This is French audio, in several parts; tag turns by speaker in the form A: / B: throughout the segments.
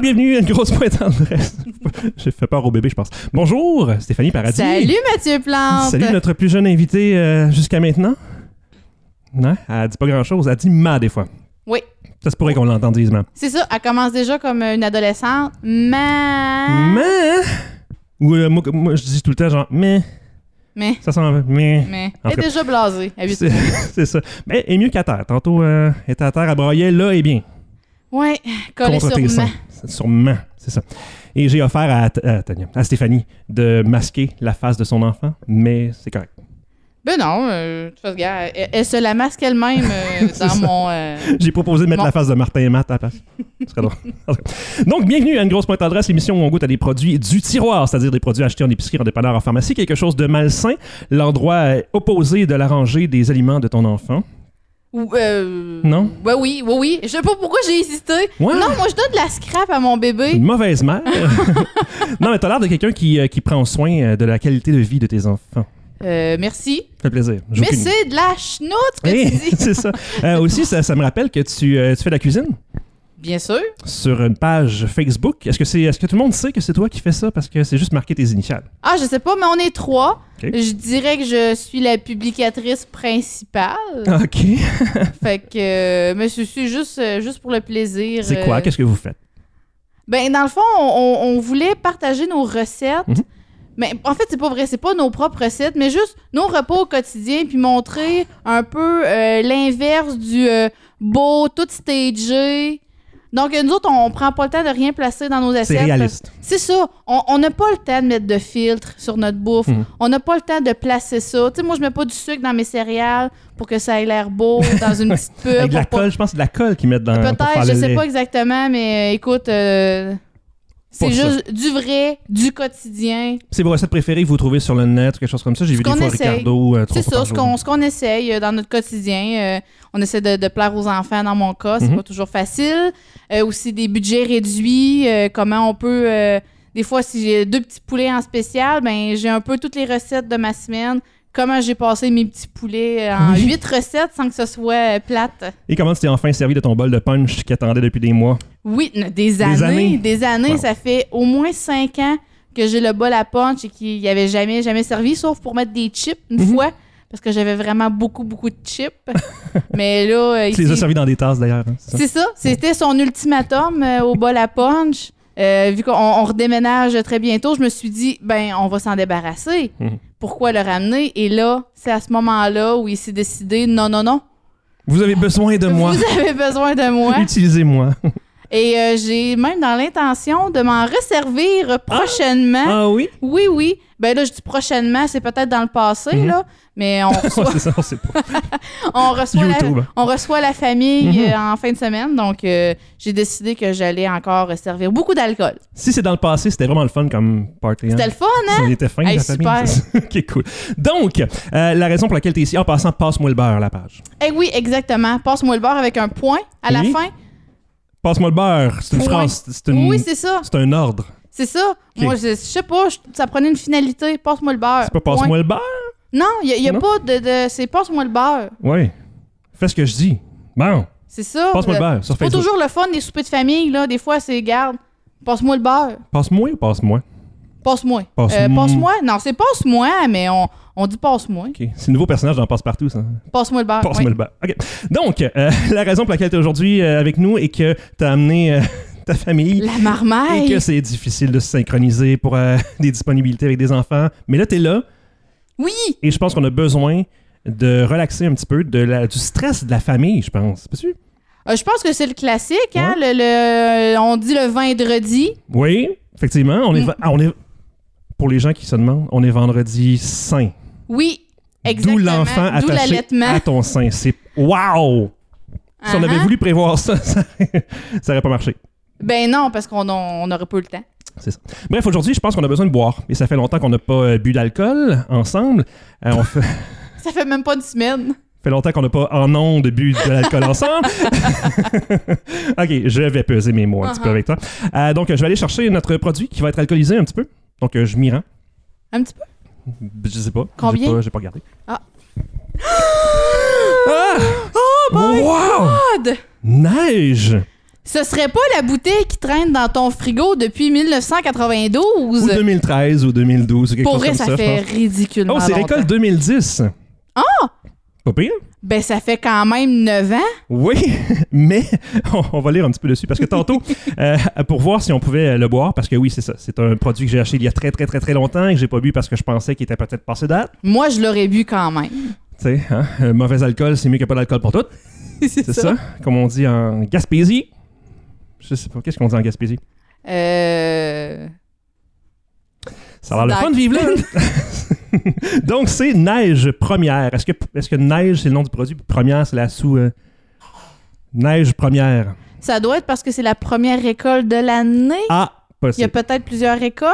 A: bienvenue à une grosse pointe tendresse. J'ai fait peur au bébé, je pense. Bonjour, Stéphanie Paradis.
B: Salut Mathieu Plante.
A: Salut notre plus jeune invité euh, jusqu'à maintenant. Non, elle dit pas grand-chose. Elle dit ma des fois.
B: Oui,
A: Ça se pourrait qu'on l'entende dise ma.
B: c'est ça. Elle commence déjà comme une adolescente. Mais.
A: Mais... Ou euh, moi, moi, je dis tout le temps genre mais.
B: Mais.
A: Ça semble mais.
B: Mais.
A: En
B: Elle est
A: tout cas.
B: déjà blasée. Elle vit-
A: C'est c'est ça. Mais est mieux qu'à terre. Tantôt, euh, elle était à terre, à broyer, là, et bien.
B: Ouais, collée
A: contre
B: sur
A: tes
B: ma.
A: seins. C'est- Sûrement, c'est ça. Et j'ai offert à, à Tania- à Stéphanie de masquer la face de son enfant, mais c'est correct.
B: Ben non, euh, tu vois, regarde, elle, elle se la masque elle-même euh,
A: C'est
B: dans
A: ça.
B: mon. euh,
A: J'ai proposé de mettre
B: Bon.
A: la face de Martin et Matt à la place. Ce serait drôle. Donc, bienvenue à Une Grosse Pointe Adresse, l'émission où on goûte à des produits du tiroir, c'est-à-dire des produits achetés en épicerie, en dépanneur, en pharmacie, quelque chose de malsain, l'endroit euh, opposé de la rangée des aliments de ton enfant.
B: ou, euh,
A: Non?
B: Ouais, oui, oui, oui. Je sais pas pourquoi j'ai hésité.
A: Ouais.
B: Non, moi, je donne de la scrap à mon bébé.
A: Une mauvaise mère. non, mais t'as l'air de quelqu'un qui, euh, qui prend soin euh, de la qualité de vie de tes enfants.
B: Euh, merci.
A: Ça fait plaisir. J'ai
B: Mais
A: aucune idée.
B: c'est de la chenoute que
A: Eh,
B: tu dis.
A: c'est ça. Euh, aussi, ça, ça me rappelle que tu, euh, tu fais de la cuisine
B: Bien sûr.
A: sur une page Facebook. Est-ce que c'est, est-ce que tout le monde sait que c'est toi qui fais ça parce que c'est juste marqué tes initiales
B: Ah, je sais pas, mais on est trois.
A: Ok.
B: Je dirais que je suis la publicatrice principale.
A: Ok.
B: Fait que, euh, mais je suis juste, euh, juste pour le plaisir.
A: C'est
B: euh,
A: quoi Qu'est-ce que vous faites
B: Ben, dans le fond, on, on- on voulait partager nos recettes.
A: Mhm.
B: Mais en fait, c'est pas vrai, c'est pas nos propres recettes, mais juste nos repas au quotidien, puis montrer un peu euh, l'inverse du euh, beau, tout stagé. Donc, euh, nous autres, on, on prend pas le temps de rien placer dans nos
A: C'est
B: assiettes.
A: réaliste.
B: C'est ça. On on n'a pas le temps de mettre de filtre sur notre bouffe.
A: Mhm.
B: On n'a pas le temps de placer ça. Tu sais, moi, je mets pas du sucre dans mes céréales pour que ça ait l'air beau dans une petite pub.
A: Avec de la
B: pour pas-
A: colle, je pense que c'est de la colle qu'ils mettent dans. Euh, pour
B: Peut-être,
A: faire
B: je
A: le
B: sais
A: lait.
B: pas exactement, mais euh, écoute, euh, c'est
A: Pas ça.
B: juste du vrai, du quotidien.
A: C'est vos recettes préférées que vous trouvez sur le net, quelque chose comme ça. J'ai vu des
B: qu'on
A: fois
B: essaye.
A: Ricardo. euh, trois
B: C'est
A: fois
B: ça,
A: par
B: ce
A: jour.
B: qu'on ce qu'on essaye euh, dans notre quotidien. euh, on essaie de, de plaire aux enfants, dans mon cas, c'est
A: Mhm.
B: pas toujours facile. Euh, aussi des budgets réduits, euh, comment on peut... euh, des fois, si j'ai deux petits poulets en spécial, ben j'ai un peu toutes les recettes de ma semaine. Comment j'ai passé mes petits poulets euh, en
A: Oui.
B: huit recettes sans que ce soit euh, plate.
A: Et comment tu t'es enfin servi de ton bol de punch qui attendait depuis des mois
B: Oui, n- des années. Des
A: années.
B: années.
A: Wow.
B: Ça fait au moins cinq ans que j'ai le bol à punch et qu'il n'y avait jamais, jamais servi, sauf pour mettre des chips une
A: Mhm.
B: fois, parce que j'avais vraiment beaucoup, beaucoup de chips. Mais là, euh,
A: Tu les as
B: ici-
A: servis dans des tasses d'ailleurs. hein, c'est ça?
B: c'est ça. C'était son ultimatum euh, au bol à punch. Euh, vu qu'on on redéménage très bientôt, je me suis dit, ben, on va s'en débarrasser.
A: Mhm.
B: Pourquoi le ramener? Et là, c'est à ce moment-là où il s'est décidé, non, non, non,
A: Vous avez besoin de moi.
B: vous avez besoin de moi.
A: Utilisez-moi.
B: Et euh, j'ai même dans l'intention de m'en resservir prochainement.
A: Ah oui
B: Oui, oui. Ben là, je dis prochainement, c'est peut-être dans le passé,
A: Mhm.
B: là. Mais on reçoit,
A: C'est ça, on sait pas.
B: on reçoit, la,
A: YouTube.
B: on reçoit la famille
A: Mhm.
B: euh, en fin de semaine. Donc, euh, j'ai décidé que j'allais encore servir beaucoup d'alcool.
A: Si c'est dans le passé, c'était vraiment le fun comme party. hein?
B: C'était le fun, hein?
A: Ça, Il était fin,
B: Hey,
A: la famille.
B: super.
A: c'est ça. ok, cool. Donc, euh, la raison pour laquelle tu es ici, en passant, passe-moi le beurre, la page.
B: Eh oui, exactement. Passe-moi le beurre avec un point à la
A: Oui.
B: fin.
A: Passe-moi le beurre. C'est une
B: Oui.
A: phrase. C'est une-
B: Oui, c'est ça.
A: c'est un ordre.
B: C'est ça.
A: Ok.
B: Moi, je, je sais pas, je- ça prenait une finalité. Passe-moi le beurre.
A: C'est pas
B: Point.
A: passe-moi le beurre?
B: Non, il n'y a,
A: Non?
B: pas de. de- c'est passe-moi le beurre.
A: Oui. Fais ce que je dis. Bon,
B: C'est ça.
A: passe-moi le beurre. Sur
B: C'est pas
A: Facebook.
B: toujours le fun des soupers de famille, là. Des fois, c'est garde. Passe-moi le beurre.
A: Passe-moi ou passe-moi?
B: Passe-moi.
A: Passe-
B: Euh, Passe-moi. non, c'est passe-moi, mais on, on dit passe-moi.
A: Ok. Ah, C'est le nouveau personnage dans Passe-Partout, ça.
B: Passe-moi le beurre.
A: Passe-moi le beurre. OK. Donc, euh, la raison pour laquelle tu es aujourd'hui euh, avec nous et que tu as amené euh, ta famille.
B: Oui. La
A: Et que
B: marmaille.
A: c'est difficile de se synchroniser pour euh, des disponibilités avec des enfants. Mais là, tu es là.
B: Oui.
A: Et je pense qu'on a besoin de relaxer un petit peu de la, du stress de la famille, je pense. Pas sûr?
B: Euh, je pense que c'est le classique, hein. Le, le- on dit le vendredi.
A: Oui, effectivement. On est,
B: Mm.
A: va- ah, on est, pour les gens qui se demandent, on est vendredi saint.
B: Oui.
A: D'où
B: Exactement.
A: l'enfant
B: D'où
A: attaché
B: l'allaitement.
A: à ton sein. C'est wow! Si on avait
B: Uh-huh.
A: voulu prévoir ça, ça n'aurait pas marché.
B: Ben non, parce qu'on on- on n'aurait pas eu le temps.
A: Bref, aujourd'hui, je pense qu'on a besoin de boire. Et ça fait longtemps qu'on n'a pas euh, bu d'alcool ensemble. Euh, on fait,
B: Ça fait même pas une semaine.
A: fait longtemps qu'on n'a pas en ondes bu de l'alcool ensemble. ok, je vais peser mes mots un petit peu
B: Uh-huh.
A: avec toi. Euh, donc, je vais aller chercher notre produit qui va être alcoolisé un petit peu. Donc, euh, je m'y rends.
B: Un petit peu.
A: Je sais pas. J'ai
B: Combien?
A: pas- J'ai pas regardé.
B: Ah.
A: Ah!
B: Oh my Oh,
A: Wow!
B: God!
A: Neige!
B: Ce serait pas la bouteille qui traîne dans ton frigo depuis 1992.
A: Ou 2013 ou 2012 ou quelque
B: Pour
A: chose
B: vrai,
A: comme
B: ça,
A: ça.
B: fait
A: je pense.
B: ridiculement
A: Oh, c'est
B: longtemps.
A: récolte 2010. Ah! Pas pire.
B: Ben, ça fait quand même 9 ans.
A: Oui, mais on, on va lire un petit peu dessus parce que tantôt, euh, pour voir si on pouvait euh, le boire, parce que oui, c'est ça, c'est un produit que j'ai acheté il y a très très très très longtemps et que j'ai pas bu parce que je pensais qu'il était peut-être passé date.
B: Moi, je l'aurais bu quand même.
A: Tu sais, hein, euh, mauvais alcool, c'est mieux que pas d'alcool pour tout. C'est ça. comme on dit en Gaspésie. Je sais pas, qu'est-ce qu'on dit en Gaspésie?
B: Euh...
A: Ça a l'air le
B: Snack.
A: fun de vivre là. hein? Donc, c'est Neige Première. Est-ce que, est que Neige, c'est le nom du produit? puis Première, c'est la sous... euh, Neige Première.
B: Ça doit être parce que c'est la première récolte de l'année.
A: Ah,
B: Il y a
A: possible.
B: peut-être plusieurs récoltes.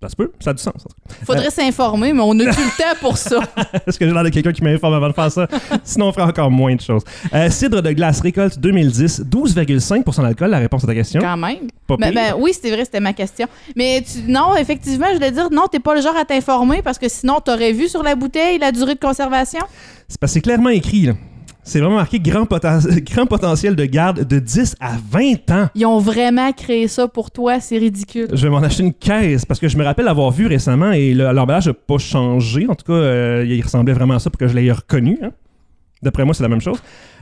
A: Ça se peut, ça a du sens. Ben-
B: Faudrait s'informer, mais on a tout le temps pour ça.
A: Est-ce que j'ai l'air de quelqu'un qui m'informe avant de faire ça? Sinon, on ferait encore moins de choses. Euh, cidre de glace récolte 2010, 12,5 d'alcool, la réponse à ta question.
B: Quand même.
A: Pas
B: Ben,
A: pire.
B: ben oui, c'était vrai, c'était ma question. Mais tu, non, effectivement, je voulais dire, non, t'es pas le genre à t'informer parce que sinon, t'aurais vu sur la bouteille la durée de conservation.
A: C'est parce que c'est clairement écrit, là. C'est vraiment marqué grand, poten- grand potentiel de garde de 10 à 20 ans.
B: Ils ont vraiment créé ça pour toi, c'est ridicule.
A: Je vais m'en acheter une caisse parce que je me rappelle l'avoir vu récemment et le- l'emballage n'a pas changé. En tout cas, euh, il ressemblait vraiment à ça pour que je l'aie reconnu. hein. D'après moi, c'est la même chose.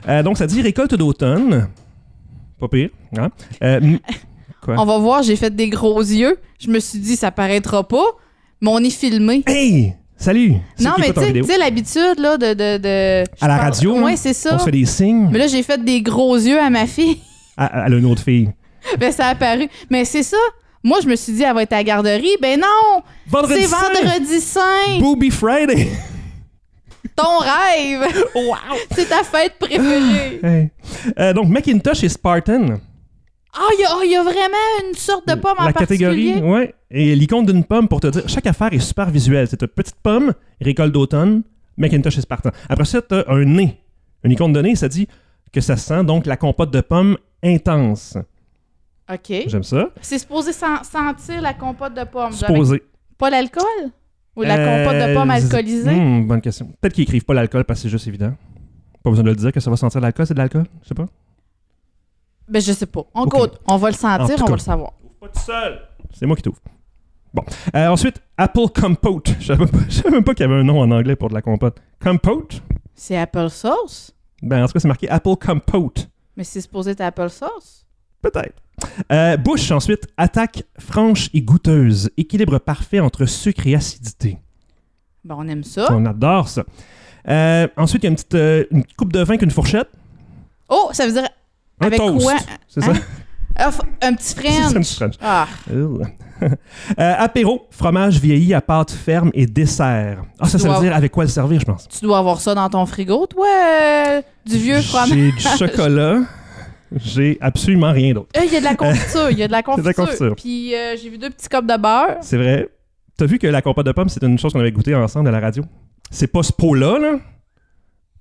A: Euh, donc, ça dit récolte d'automne. Pas pire. hein. Euh, m- Ouais.
B: On va voir, j'ai fait des gros yeux. Je me suis dit, ça paraîtra pas, mais on est filmé.
A: hey! Salut! Ceux
B: Non,
A: qui
B: mais
A: écoutent
B: tu
A: en
B: sais-
A: vidéo.
B: tu sais, l'habitude, là, de. de, de- je
A: À la
B: parle-
A: radio, hein?
B: Ouais, c'est ça.
A: On se fait des signes.
B: Mais là, j'ai fait des gros yeux à ma fille.
A: À, à- elle a une autre fille.
B: ben, ça a apparu. Mais c'est ça. Moi, je me suis dit, elle va être à la garderie. Ben non!
A: Vendredi
B: C'est
A: saint!
B: vendredi saint!
A: Booby Friday!
B: Ton rêve!
A: wow!
B: C'est ta fête préférée!
A: Hey. Euh, donc, Macintosh et Spartan.
B: Ah, il y, a- oh, il y a vraiment une sorte de pomme en
A: la
B: particulier.
A: catégorie, ouais. Et l'icône d'une pomme pour te dire, chaque affaire est super visuelle. C'est une petite pomme, récolte d'automne, Macintosh et Spartan. Après ça, t'as un nez. Une icône de nez, ça dit que ça sent donc la compote de pomme intense.
B: OK.
A: J'aime ça.
B: C'est supposé sen- sentir la compote de pomme. genre, avec-
A: Supposé.
B: Pas l'alcool? Ou la
A: Euh,
B: compote de pomme
A: z-
B: alcoolisée?
A: hmm, bonne question. Peut-être qu'ils écrivent pas l'alcool parce que c'est juste évident. Pas besoin de le dire que ça va sentir l'alcool, c'est de l'alcool, je sais pas.
B: Ben, je sais pas. On
A: Ok.
B: compte. On va le
A: En tout
B: sentir, on
A: cas.
B: va le savoir.
A: Pas tout seul. C'est moi qui t'ouvre. Bon. Euh, ensuite, Apple Compote. Je savais pas- je savais même pas qu'il y avait un nom en anglais pour de la compote. Compote?
B: C'est Apple Sauce?
A: Ben, en tout cas, c'est marqué Apple Compote.
B: Mais c'est supposé être Apple Sauce?
A: Peut-être. Euh, Bush, ensuite, attaque franche et goûteuse. Équilibre parfait entre sucre et acidité.
B: Ben, on aime ça.
A: On adore ça. Euh, ensuite, il y a une petite euh, une coupe de vin qu'une fourchette.
B: Oh, ça veut dire
A: Un
B: Avec
A: toast.
B: quoi?
A: C'est
B: Hein?
A: ça?
B: Ah, f- un petit
A: C'est un petit
B: French.
A: French.
B: Ah,
A: Ew. Euh, apéro, fromage vieilli à pâte ferme et dessert. Ah, ça, ça veut
B: Wow.
A: dire avec quoi le servir, je pense.
B: tu dois avoir ça dans ton frigo, toi, euh, du vieux fromage.
A: J'ai du chocolat. J'ai absolument rien d'autre.
B: Euh, Il y a de la confiture, il y a de la
A: de
B: confiture.
A: la confiture.
B: Puis euh, j'ai vu deux petits copes de beurre.
A: C'est vrai. T'as vu que la compote de pommes, c'est une chose qu'on avait goûtée ensemble à la radio? C'est pas ce pot-là, là?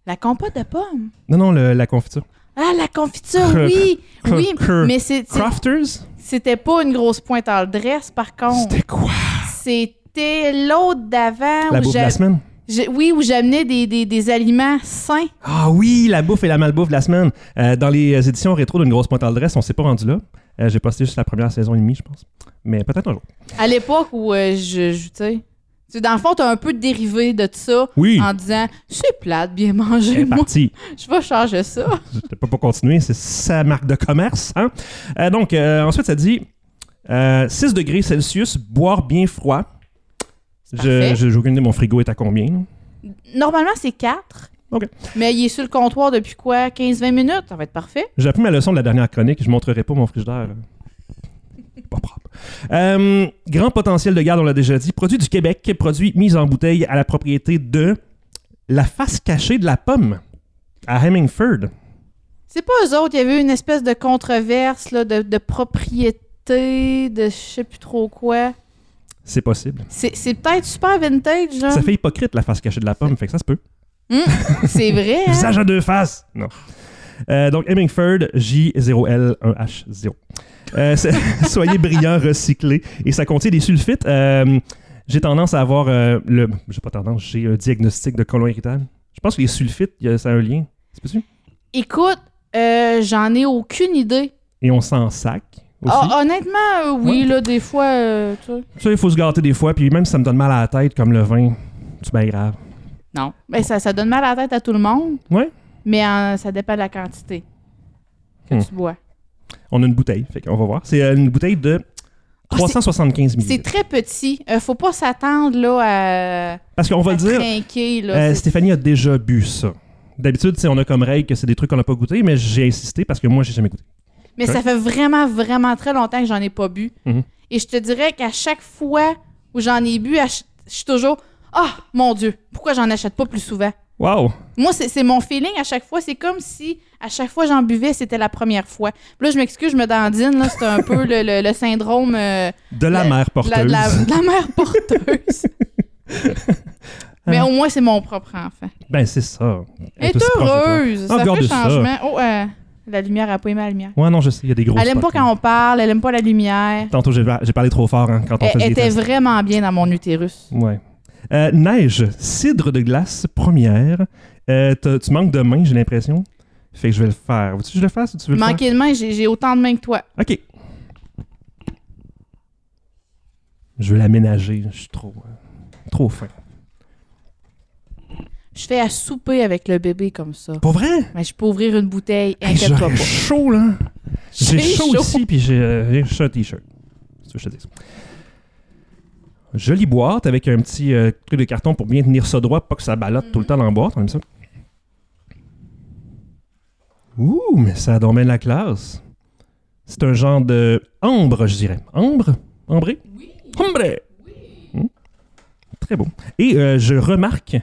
B: La compote de pommes.
A: Non, non, le- la confiture.
B: Ah, la confiture, oui.
A: Cr-
B: Oui,
A: cr-
B: mais c'est- c'est-
A: Crafters?
B: c'était pas une grosse pointe en dresse, par contre.
A: C'était quoi?
B: C'était l'autre d'avant.
A: La
B: où
A: bouffe de
B: j'a-
A: la semaine?
B: j'ai- Oui, où j'amenais des, des, des aliments sains.
A: Ah oui, la bouffe et la malbouffe de la semaine. Euh, dans les euh, éditions rétro d'une grosse pointe à l'adresse, on s'est pas rendu là. Euh, J'ai posté juste la première saison et demie, je pense. Mais peut-être un jour.
B: À l'époque où euh, je, je tu sais, tu sais, dans le fond, t'as un peu dérivé de ça
A: Oui,
B: en disant c'est plate, bien manger.
A: c'est
B: Moi,
A: parti.
B: je vais changer ça.
A: Je peux pas continuer, c'est sa marque de commerce. hein. Euh, donc, euh, ensuite, ça dit euh, 6 degrés Celsius, boire bien froid. Je
B: parfait.
A: je- j'ai aucune idée, mon frigo est à combien. là.
B: Normalement, c'est 4.
A: OK.
B: Mais il est sur le comptoir depuis quoi 15-20 minutes Ça va être parfait.
A: J'ai appris ma leçon de la dernière chronique, je montrerai pas mon frigidaire. là. Pas propre. Euh, grand potentiel de garde, on l'a déjà dit. Produit du Québec, produit mis en bouteille à la propriété de la face cachée de la pomme à Hemingford.
B: C'est pas eux autres. Il y avait une espèce de controverse là, de, de propriété, de je sais plus trop quoi.
A: C'est possible.
B: C'est c'est peut-être super vintage. hein. là.
A: Ça fait hypocrite, la face cachée de la pomme, fait que ça se peut.
B: C'est vrai. hein?
A: Visage à deux faces! Non. Euh, donc, Hemingford, J0L1H0. Euh, c'est- soyez brillants, recyclés. Et ça contient des sulfites. Euh, j'ai tendance à avoir euh, le. J'ai pas tendance, j'ai un diagnostic de colon irritable. Je pense que les sulfites, y a- ça a un lien. C'est possible?
B: Écoute, euh, j'en ai aucune idée.
A: et on s'en sac aussi.
B: Ah, honnêtement, euh, oui, là, des fois, euh, tu sais.
A: Ça, il faut se gâter des fois, puis même si ça me donne mal à la tête, comme le vin, c'est bien grave.
B: Non. Ben, ça, ça donne mal à la tête à tout le monde,
A: Ouais,
B: mais euh, ça dépend de la quantité que
A: Hmm.
B: tu bois.
A: on a une bouteille, fait qu'on va voir. C'est euh, une bouteille de
B: Ah, c'est-
A: 375 ml.
B: C'est très petit. Euh, faut pas s'attendre, là, à,
A: Parce qu'on va
B: à
A: le dire,
B: trinquer, là.
A: euh,
B: C'est-
A: Stéphanie a déjà bu ça. D'habitude, tu sais, on a comme règle que c'est des trucs qu'on n'a pas goûté, mais j'ai insisté parce que moi, j'ai jamais goûté.
B: Mais ça fait vraiment, vraiment très longtemps que j'en ai pas bu.
A: Mhm.
B: Et je te dirais qu'à chaque fois où j'en ai bu, à ch- je suis toujours Ah, mon Dieu, pourquoi j'en achète pas plus souvent?
A: Wow!
B: Moi, c'est c'est mon feeling à chaque fois. C'est comme si à chaque fois j'en buvais, c'était la première fois. Puis là, je m'excuse, je me dandine. là, C'est un peu le, le- le syndrome euh,
A: De la
B: Le-
A: mer
B: de
A: porteuse.
B: la, de la- de la mère porteuse. Mais au moins, c'est mon propre enfant.
A: Ben, c'est ça.
B: Elle est
A: Ah. aussi proche de toi.
B: heureuse. Ça
A: Encore
B: fait
A: de ça.
B: changement. Oh, euh, la lumière, elle a pas aimé la lumière.
A: Ouais, non, je sais, il y a des gros
B: Elle aime pas
A: spots,
B: quand on parle, elle aime pas la lumière.
A: là. Tantôt, j'ai j'ai parlé trop fort hein, quand on
B: Elle
A: faisait des
B: était
A: tests.
B: vraiment bien dans mon utérus.
A: Ouais. Euh, neige, cidre de glace, première. Euh, t'as- tu manques de main, j'ai l'impression. Fait que je vais le faire. Veux-tu que je le fasse ou tu veux le faire?
B: Manquer de main, j'ai j'ai autant de mains que toi.
A: OK. Je veux l'aménager. Je suis trop, euh, trop fin.
B: Je fais à souper avec le bébé comme ça.
A: Pour vrai?
B: Mais je peux ouvrir une bouteille,
A: Hey,
B: inquiète-toi
A: J'aurais
B: pas.
A: chaud, là. J'ai chaud,
B: chaud.
A: ici, puis j'ai euh, j'ai un t-shirt. C'est ce que je te dis. Jolie boîte avec un petit euh, truc de carton pour bien tenir ça droit, pas que ça balotte tout le temps dans la boîte. On aime ça. Ouh, mais ça a donc bien de la classe. C'est un genre de ambre, je dirais. Ambre? Ambré? Oui. Ambré! Hum. Très beau. Et euh, je remarque,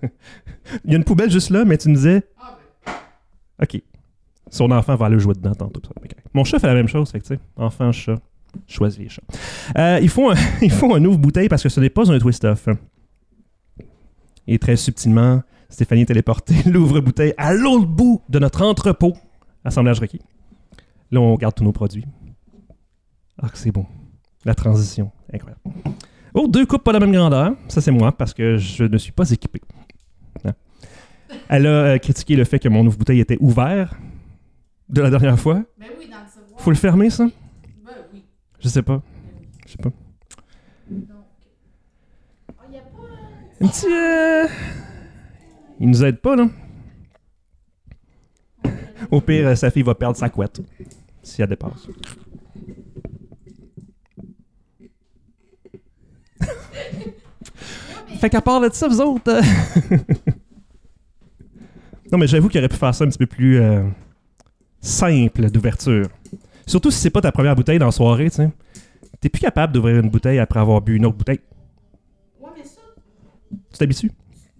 A: il y a une poubelle juste là, mais tu me disais... OK. Son enfant va aller jouer dedans tantôt. ça va être correct. Mon chat fait la même chose, fait que, tu sais, enfant, chat, choisis les chats. Euh, il, faut un, il faut un ouvre bouteille parce que ce n'est pas un twist-off. Et très subtilement, Stéphanie est téléportée l'ouvre-bouteille à l'autre bout de notre entrepôt, assemblage requis. Là, on garde tous nos produits. Ah, que c'est bon. La transition, incroyable. Oh, deux coupes pas la même grandeur. Ça, c'est moi parce que je ne suis pas équipé. Hein. Elle a euh, critiqué le fait que mon ouvre-bouteille était ouvert de la dernière fois.
B: Ben oui, dans le savoir.
A: Faut le fermer, ça?
B: Ben oui.
A: Je sais pas. Je sais pas.
B: Il a pas
A: Un petit. euh, Il nous aide pas, là. Au pire, euh, sa fille va perdre sa couette si elle dépasse. fait qu'à part de ça, vous autres. euh, non, mais j'avoue qu'il aurait pu faire ça un petit peu plus euh, simple d'ouverture. Surtout si c'est pas ta première bouteille dans la soirée, tu sais. T'es plus capable d'ouvrir une bouteille après avoir bu une autre bouteille.
B: Ouais, mais ça,
A: Tu t'habitues?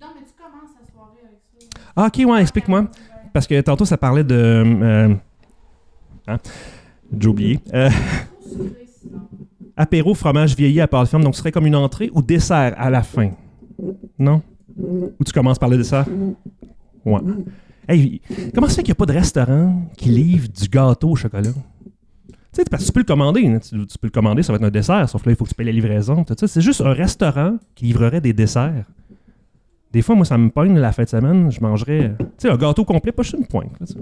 B: non, mais tu commences la soirée avec ça.
A: Ah, ok, ouais, explique-moi. Parce que tantôt, ça parlait de. euh, hein? J'ai oublié. Euh, apéro, fromage vieilli à part ferme. Donc, ce serait comme une entrée ou dessert à la fin. Non? Ou tu commences par le dessert? Ouais. Hey, comment ça fait qu'il n'y a pas de restaurant qui livre du gâteau au chocolat? Tu sais, parce que tu peux le commander. hein. Tu, tu peux le commander, ça va être un dessert. Sauf que là, il faut que tu payes la livraison. tout ça. C'est juste un restaurant qui livrerait des desserts. Des fois, moi, ça me pogne la fin de semaine. Je mangerais, euh, tu sais, un gâteau complet, pas juste une pointe. là, tu sais.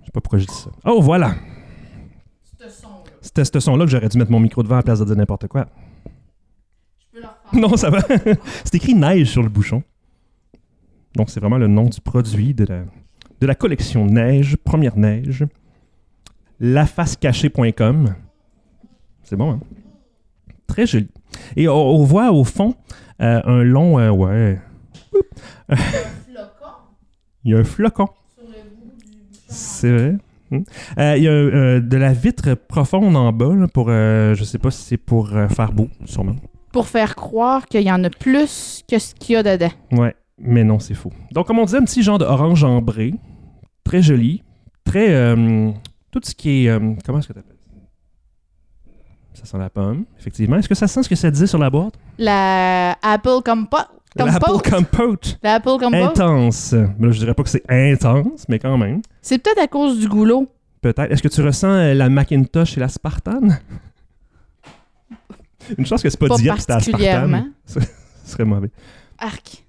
A: Je sais pas pourquoi je dis ça. Oh, voilà!
B: Ce son-là,
A: C'était ce son-là que j'aurais dû mettre mon micro devant à la place de dire n'importe quoi.
B: je peux le refaire.
A: Non, ça va. c'est écrit neige sur le bouchon. Donc, c'est vraiment le nom du produit de la, de la collection Neige, Première Neige. Lafacecachée.com. C'est bon, hein? Très joli. Et on, on voit au fond euh, un long. euh, ouais.
B: Flocon
A: Il y a un flocon.
B: sur le bout du bouchon.
A: C'est vrai. Hmm. Euh, Il y a euh, de la vitre profonde en bas là, pour, euh, je sais pas si c'est pour euh, faire beau, sûrement.
B: Pour faire croire qu'il y en a plus que ce qu'il y a dedans.
A: Ouais, mais non, c'est faux. Donc, comme on disait, un petit genre d'orange ambré, très joli, très. euh, tout ce qui est. euh, comment est-ce que t'appelles ça? Ça sent la pomme, effectivement. Est-ce que ça sent ce que ça disait sur la boîte?
B: La Apple Compote.
A: L'apple compote.
B: La Apple Compote.
A: Intense. Mais là, je dirais pas que c'est intense, mais quand même.
B: C'est peut-être à cause du goulot.
A: Peut-être. Est-ce que tu ressens euh, la Macintosh et la Spartan? Une chance que c'est pas,
B: Pas
A: Dieppe, c'était la Spartan.
B: particulièrement.
A: Ce serait mauvais.
B: Arc.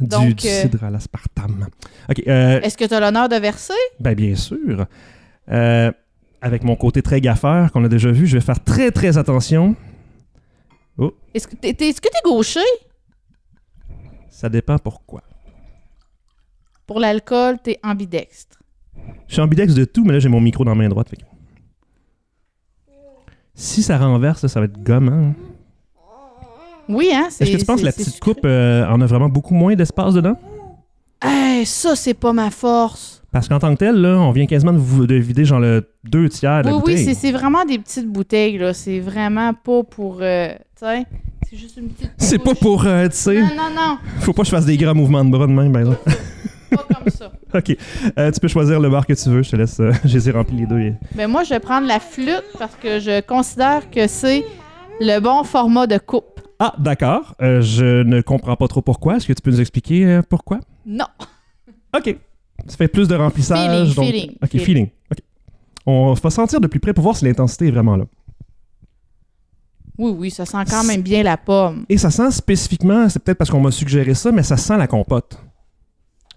A: Du,
B: Donc,
A: du
B: euh,
A: cidre à l'aspartame. OK. euh,
B: Est-ce que tu as l'honneur de verser?
A: ben, bien sûr. Euh, avec mon côté très gaffeur qu'on a déjà vu, je vais faire très très attention.
B: Est-ce que t'es t'es- est-ce que t'es gaucher
A: Ça dépend pourquoi.
B: pour l'alcool, t'es ambidextre.
A: Je suis ambidex de tout, mais là j'ai mon micro dans la main droite. fait que- Si ça renverse, là, ça va être gommant. hein.
B: Oui, hein.
A: Est-ce que tu penses que la
B: c'est-
A: petite
B: c'est
A: coupe
B: sucré.
A: euh, en a vraiment beaucoup moins d'espace dedans?
B: Hey, ça c'est pas ma force.
A: Parce qu'en tant que tel, là, on vient quasiment de, vous- de vider genre le deux tiers de
B: Oui,
A: la
B: oui,
A: bouteille.
B: c'est- c'est vraiment des petites bouteilles là. C'est vraiment pas pour, euh, tu sais, c'est juste une petite.
A: c'est pas
B: touche.
A: pour, euh, tu sais,
B: Non, non, non,
A: faut pas que je fasse des grands mouvements de bras de main, par exemple.
B: pas comme ça.
A: OK. Euh, tu peux choisir le bar que tu veux, je te laisse. euh, je les ai remplis les deux. et-
B: Ben moi, je vais prendre la flûte parce que je considère que c'est le bon format de coupe.
A: Ah, d'accord. Euh, je ne comprends pas trop pourquoi. Est-ce que tu peux nous expliquer euh, pourquoi?
B: Non.
A: OK. Ça fait plus de remplissage.
B: Feeling,
A: donc-
B: feeling,
A: OK, feeling.
B: feeling.
A: OK. On va sentir de plus près pour voir si l'intensité est vraiment là.
B: Oui, oui, ça sent quand même bien la pomme.
A: Et ça sent spécifiquement, c'est peut-être parce qu'on m'a suggéré ça, mais ça sent la compote.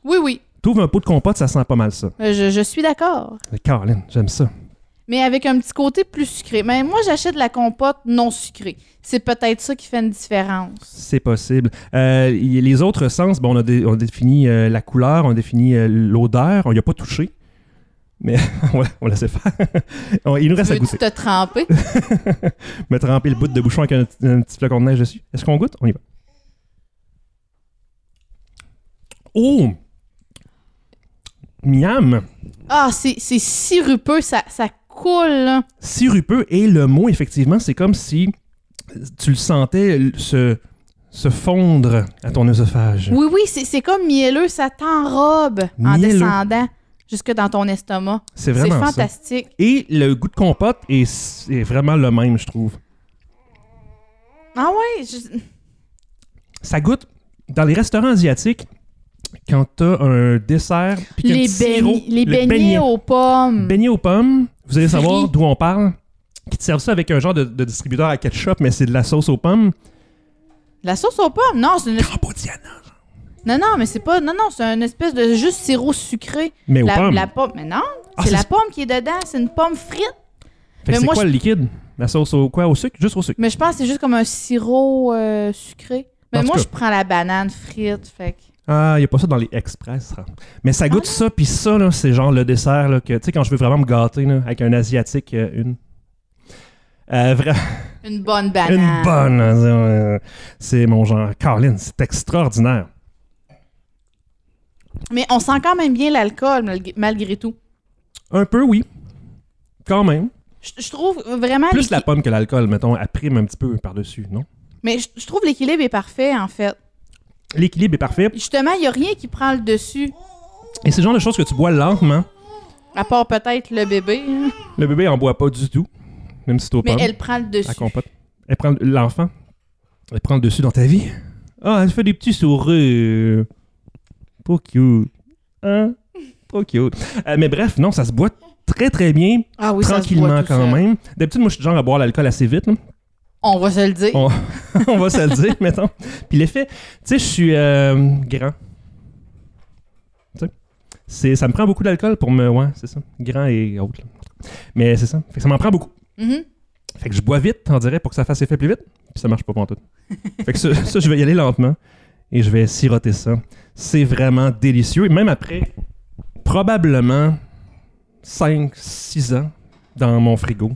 B: Oui, oui,
A: T'ouvres un pot de compote, ça sent pas mal ça.
B: euh, je, je suis d'accord.
A: Mais Caroline, j'aime ça.
B: Mais avec un petit côté plus sucré. Mais moi, j'achète de la compote non sucrée. C'est peut-être ça qui fait une différence.
A: C'est possible. Euh, y- les autres sens, bon, on a, dé- on a défini euh, la couleur, on a défini euh, l'odeur, on n'y a pas touché. Mais on, va- on laissait faire. On- il nous reste à
B: Veux-tu
A: goûter.
B: te tremper?
A: Me tremper le bout de bouchon avec un, un petit flocon de neige dessus. Est-ce qu'on goûte? On y va. Oh! Miam!
B: Ah, c'est c'est sirupeux, ça, ça coule. là.
A: Sirupeux et le mot, effectivement, c'est comme si tu le sentais se, se fondre à ton œsophage.
B: Oui, oui, c'est c'est comme mielleux, ça t'enrobe en
A: Mielleux.
B: descendant jusque dans ton estomac.
A: C'est
B: C'est
A: vraiment ça.
B: fantastique.
A: Et le goût de compote est, est vraiment le même, je trouve.
B: Ah ouais, je-
A: Ça goûte dans les restaurants asiatiques quand t'as un dessert puis qu'il y a un
B: les,
A: petit
B: beign-
A: sirop,
B: les
A: le
B: beignets
A: beignet.
B: aux pommes.
A: Beignet aux pommes, vous allez
B: Frit.
A: savoir d'où on parle. Qui te servent ça avec un genre de, de distributeur à ketchup, mais c'est de la sauce aux pommes.
B: La sauce aux pommes, non, c'est une...
A: Cambodiana.
B: non, non, mais c'est pas, non, non, c'est une espèce de juste sirop sucré.
A: Mais aux
B: La,
A: pommes.
B: la pomme, mais non,
A: Ah,
B: c'est
A: c'est-
B: la pomme qui est dedans, c'est une pomme frite.
A: Fait que
B: mais
A: c'est
B: moi,
A: quoi le liquide La sauce au quoi Au sucre Juste au sucre.
B: Mais je pense que c'est juste comme un sirop euh, sucré. Mais
A: En tout
B: moi,
A: cas.
B: je prends la banane frite, fait que-
A: Ah, il a pas ça dans les express. hein. Mais ça
B: Ah.
A: goûte ça, puis ça, là, c'est genre le dessert là, que, tu sais, quand je veux vraiment me gâter là, avec un asiatique, euh, une. Euh, vra-
B: Une bonne banane.
A: Une bonne. hein, c'est- euh, C'est mon genre. Caroline, c'est extraordinaire.
B: Mais on sent quand même bien l'alcool, malg- malgré tout.
A: Un peu, oui. Quand même.
B: Je, je trouve vraiment...
A: Plus la
B: Ah, l'équi-
A: pomme que l'alcool, mettons, elle prime un petit peu par-dessus, non?
B: Mais je, je trouve l'équilibre est parfait, en fait.
A: L'équilibre est parfait.
B: Justement, il n'y a rien qui prend le dessus,
A: Et c'est le genre de choses que tu bois lentement.
B: à part peut-être le bébé, hein.
A: Le bébé en boit pas du tout, même si c'est aux
B: mais
A: pommes.
B: elle prend le dessus.
A: La compote. Elle prend le- l'enfant. Elle prend le dessus dans ta vie. Ah, elle fait des petits sourires. Trop cute. Hein? Trop cute. Euh, mais bref, non, ça se boit très très bien,
B: Ah oui, ça se boit
A: tranquillement
B: tout
A: quand
B: seul.
A: même. D'habitude, moi, je suis du genre à boire l'alcool assez vite. là.
B: On va se le dire.
A: On- on va se le dire, mettons. Puis l'effet, tu sais, je suis euh, grand. Tu sais, c'est- ça me prend beaucoup d'alcool pour me. Ouais, c'est ça. Grand et autre. là. Mais c'est ça. Fait que ça m'en prend beaucoup.
B: Mhm.
A: Fait que je bois vite, on dirait, pour que ça fasse effet plus vite. Puis ça marche pas pour tout. Fait que ça, ça, je vais y aller lentement et je vais siroter ça. C'est vraiment délicieux. Et même après, probablement 5-6 ans dans mon frigo.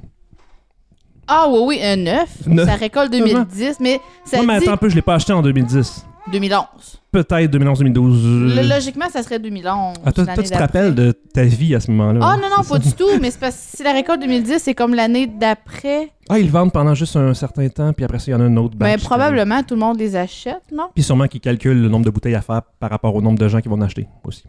B: Ah oui, oui, un 9.
A: Neuf.
B: Ça récolte 2010, mais ça
A: Moi, mais
B: dit
A: attends un peu, je l'ai pas acheté en 2010.
B: 2011.
A: Peut-être 2011-2012.
B: Là, logiquement, ça serait 2011.
A: Ah, Euh. toi,
B: l'année
A: toi, tu te
B: d'après.
A: rappelles de ta vie à ce moment-là?
B: Ah
A: hein?
B: non, non,
A: C'est
B: pas
A: ça?
B: du tout. Mais c'est parce que si la récolte 2010, c'est comme l'année d'après,
A: Ah, ils le vendent pendant juste un certain temps, puis après ça, il y en a un autre batch.
B: ben probablement tout le monde les achète, non?
A: Puis sûrement qu'ils calculent le nombre de bouteilles à faire par rapport au nombre de gens qui vont en acheter aussi.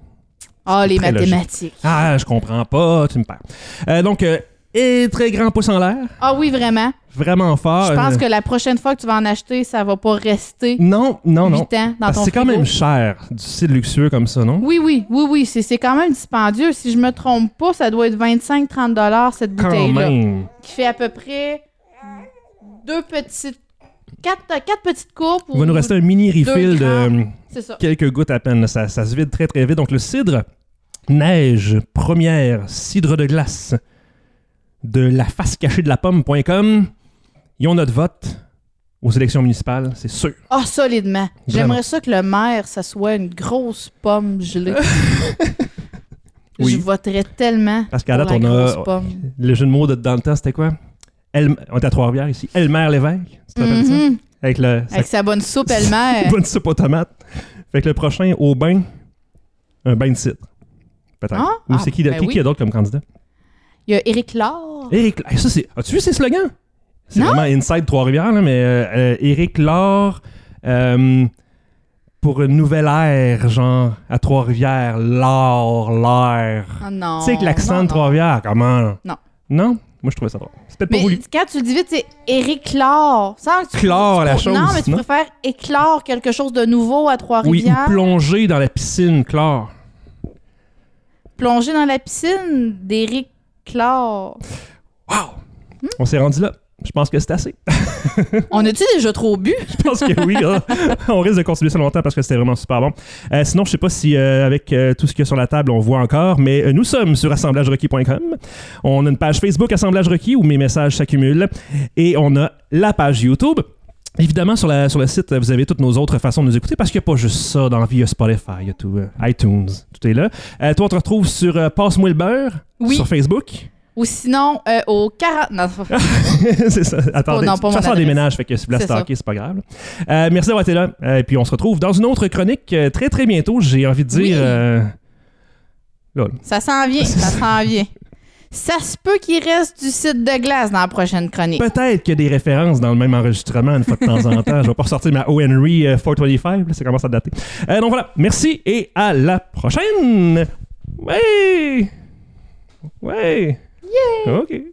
B: Ah, les
A: très logique.
B: mathématiques.
A: Ah, je comprends pas, tu me perds. Euh, donc, euh, et très grand pouce en l'air,
B: Ah oui, vraiment.
A: vraiment fort.
B: Je pense
A: Euh,
B: que la prochaine fois que tu vas en acheter, ça va pas rester
A: Non, non,
B: 8
A: non.
B: ans dans
A: Parce
B: ton
A: que c'est quand
B: frigo.
A: même cher, du site luxueux comme ça, non?
B: Oui, oui, oui, oui, c'est c'est quand même dispendieux. Si je me trompe pas, ça doit être 25-30 dollars cette
A: Quand
B: bouteille-là.
A: même.
B: qui fait à peu près deux petites. Quatre, quatre petites coupes.
A: Il va nous
B: ou-
A: rester un mini
B: Deux
A: refill de
B: grammes.
A: euh,
B: C'est ça.
A: quelques gouttes à peine. Ça, ça se vide très, très vite. Donc, le cidre, neige, première, cidre de glace, de la face cachée de la pomme.com. Ils ont notre vote aux élections municipales, c'est sûr.
B: Ah, solidement.
A: Vraiment.
B: J'aimerais ça que le maire, ça soit une grosse pomme gelée.
A: Oui.
B: Je voterais tellement
A: Parce qu'à
B: pour la
A: date, on
B: grosse
A: a.
B: pomme.
A: Le jeu de mots de, dans le temps, c'était quoi? Elle, on était à Trois-Rivières ici. Elmer Lévesque, tu te rappelles ça?
B: Mhm.
A: Avec le. sa
B: Avec sa bonne soupe, elle mère.
A: bonne soupe aux tomates. Fait que le prochain, au bain, un bain de cidre. Peut-être.
B: Ah?
A: Ou
B: Ah,
A: c'est qui, de-
B: ben
A: qui, qui
B: oui.
A: a d'autres comme candidat?
B: Il y a Éric Laure.
A: Éric Hey, ça, c'est. As-tu vu ces slogans? C'est
B: Non.
A: vraiment Inside Trois-Rivières, là, mais euh, euh, Éric Laure, euh, pour une nouvelle ère, genre, à Trois-Rivières, l'or, l'air.
B: Ah non.
A: Tu sais, que l'accent
B: non,
A: de
B: non.
A: Trois-Rivières, comment?
B: Non.
A: Non? Moi, je trouvais ça drôle. C'est peut-être pas
B: Mais
A: voulu.
B: quand tu le dis vite, c'est Éric Laure. Sans que tu-
A: Clore
B: tu-
A: la
B: non,
A: chose,
B: mais tu
A: non?
B: préfères éclore quelque chose de nouveau à
A: Oui, ou
B: Trois-Rivières.
A: plonger dans la piscine, Claire.
B: Plonger dans la piscine d'Éric Laure.
A: Wow! On s'est rendu là. Je pense que c'est assez.
B: On a-tu déjà trop bu?
A: Je pense que oui. hein. On risque de continuer ça longtemps parce que c'était vraiment super bon. Euh, sinon, je sais pas si euh, avec euh, tout ce qu'il y a sur la table, on voit encore, mais euh, nous sommes sur assemblagerequis.com. On a une page Facebook Assemblage Requis où mes messages s'accumulent et on a la page YouTube. Évidemment, sur, la, sur le site, vous avez toutes nos autres façons de nous écouter parce qu'il n'y a pas juste ça dans la vie. Il y a Spotify, il y a tout, euh, iTunes, tout est là. Euh, toi, on te retrouve sur euh, Passe-moi le beurre
B: Oui.
A: sur Facebook.
B: Ou sinon, euh, au 40... Non, c'est pas-
A: c'est ça. Attendez,
B: non,
A: de toute
B: pas mon
A: façon, on
B: adresse.
A: déménage, fait que si vous la
B: C'est ça.
A: stockez, c'est pas grave. Euh, merci d'avoir été là. Euh, puis on se retrouve dans une autre chronique euh, très très bientôt. J'ai envie de dire.
B: Oui.
A: euh, lol.
B: ça s'en vient, ça s'en vient. Ça se peut qu'il reste du site de glace dans la prochaine chronique.
A: Peut-être qu'il y a des références dans le même enregistrement une fois de temps en temps. Je vais pas ressortir ma O'Henry euh, 425, là, ça commence à dater. Euh, donc voilà, merci et à la prochaine! Ouais! Ouais! OK.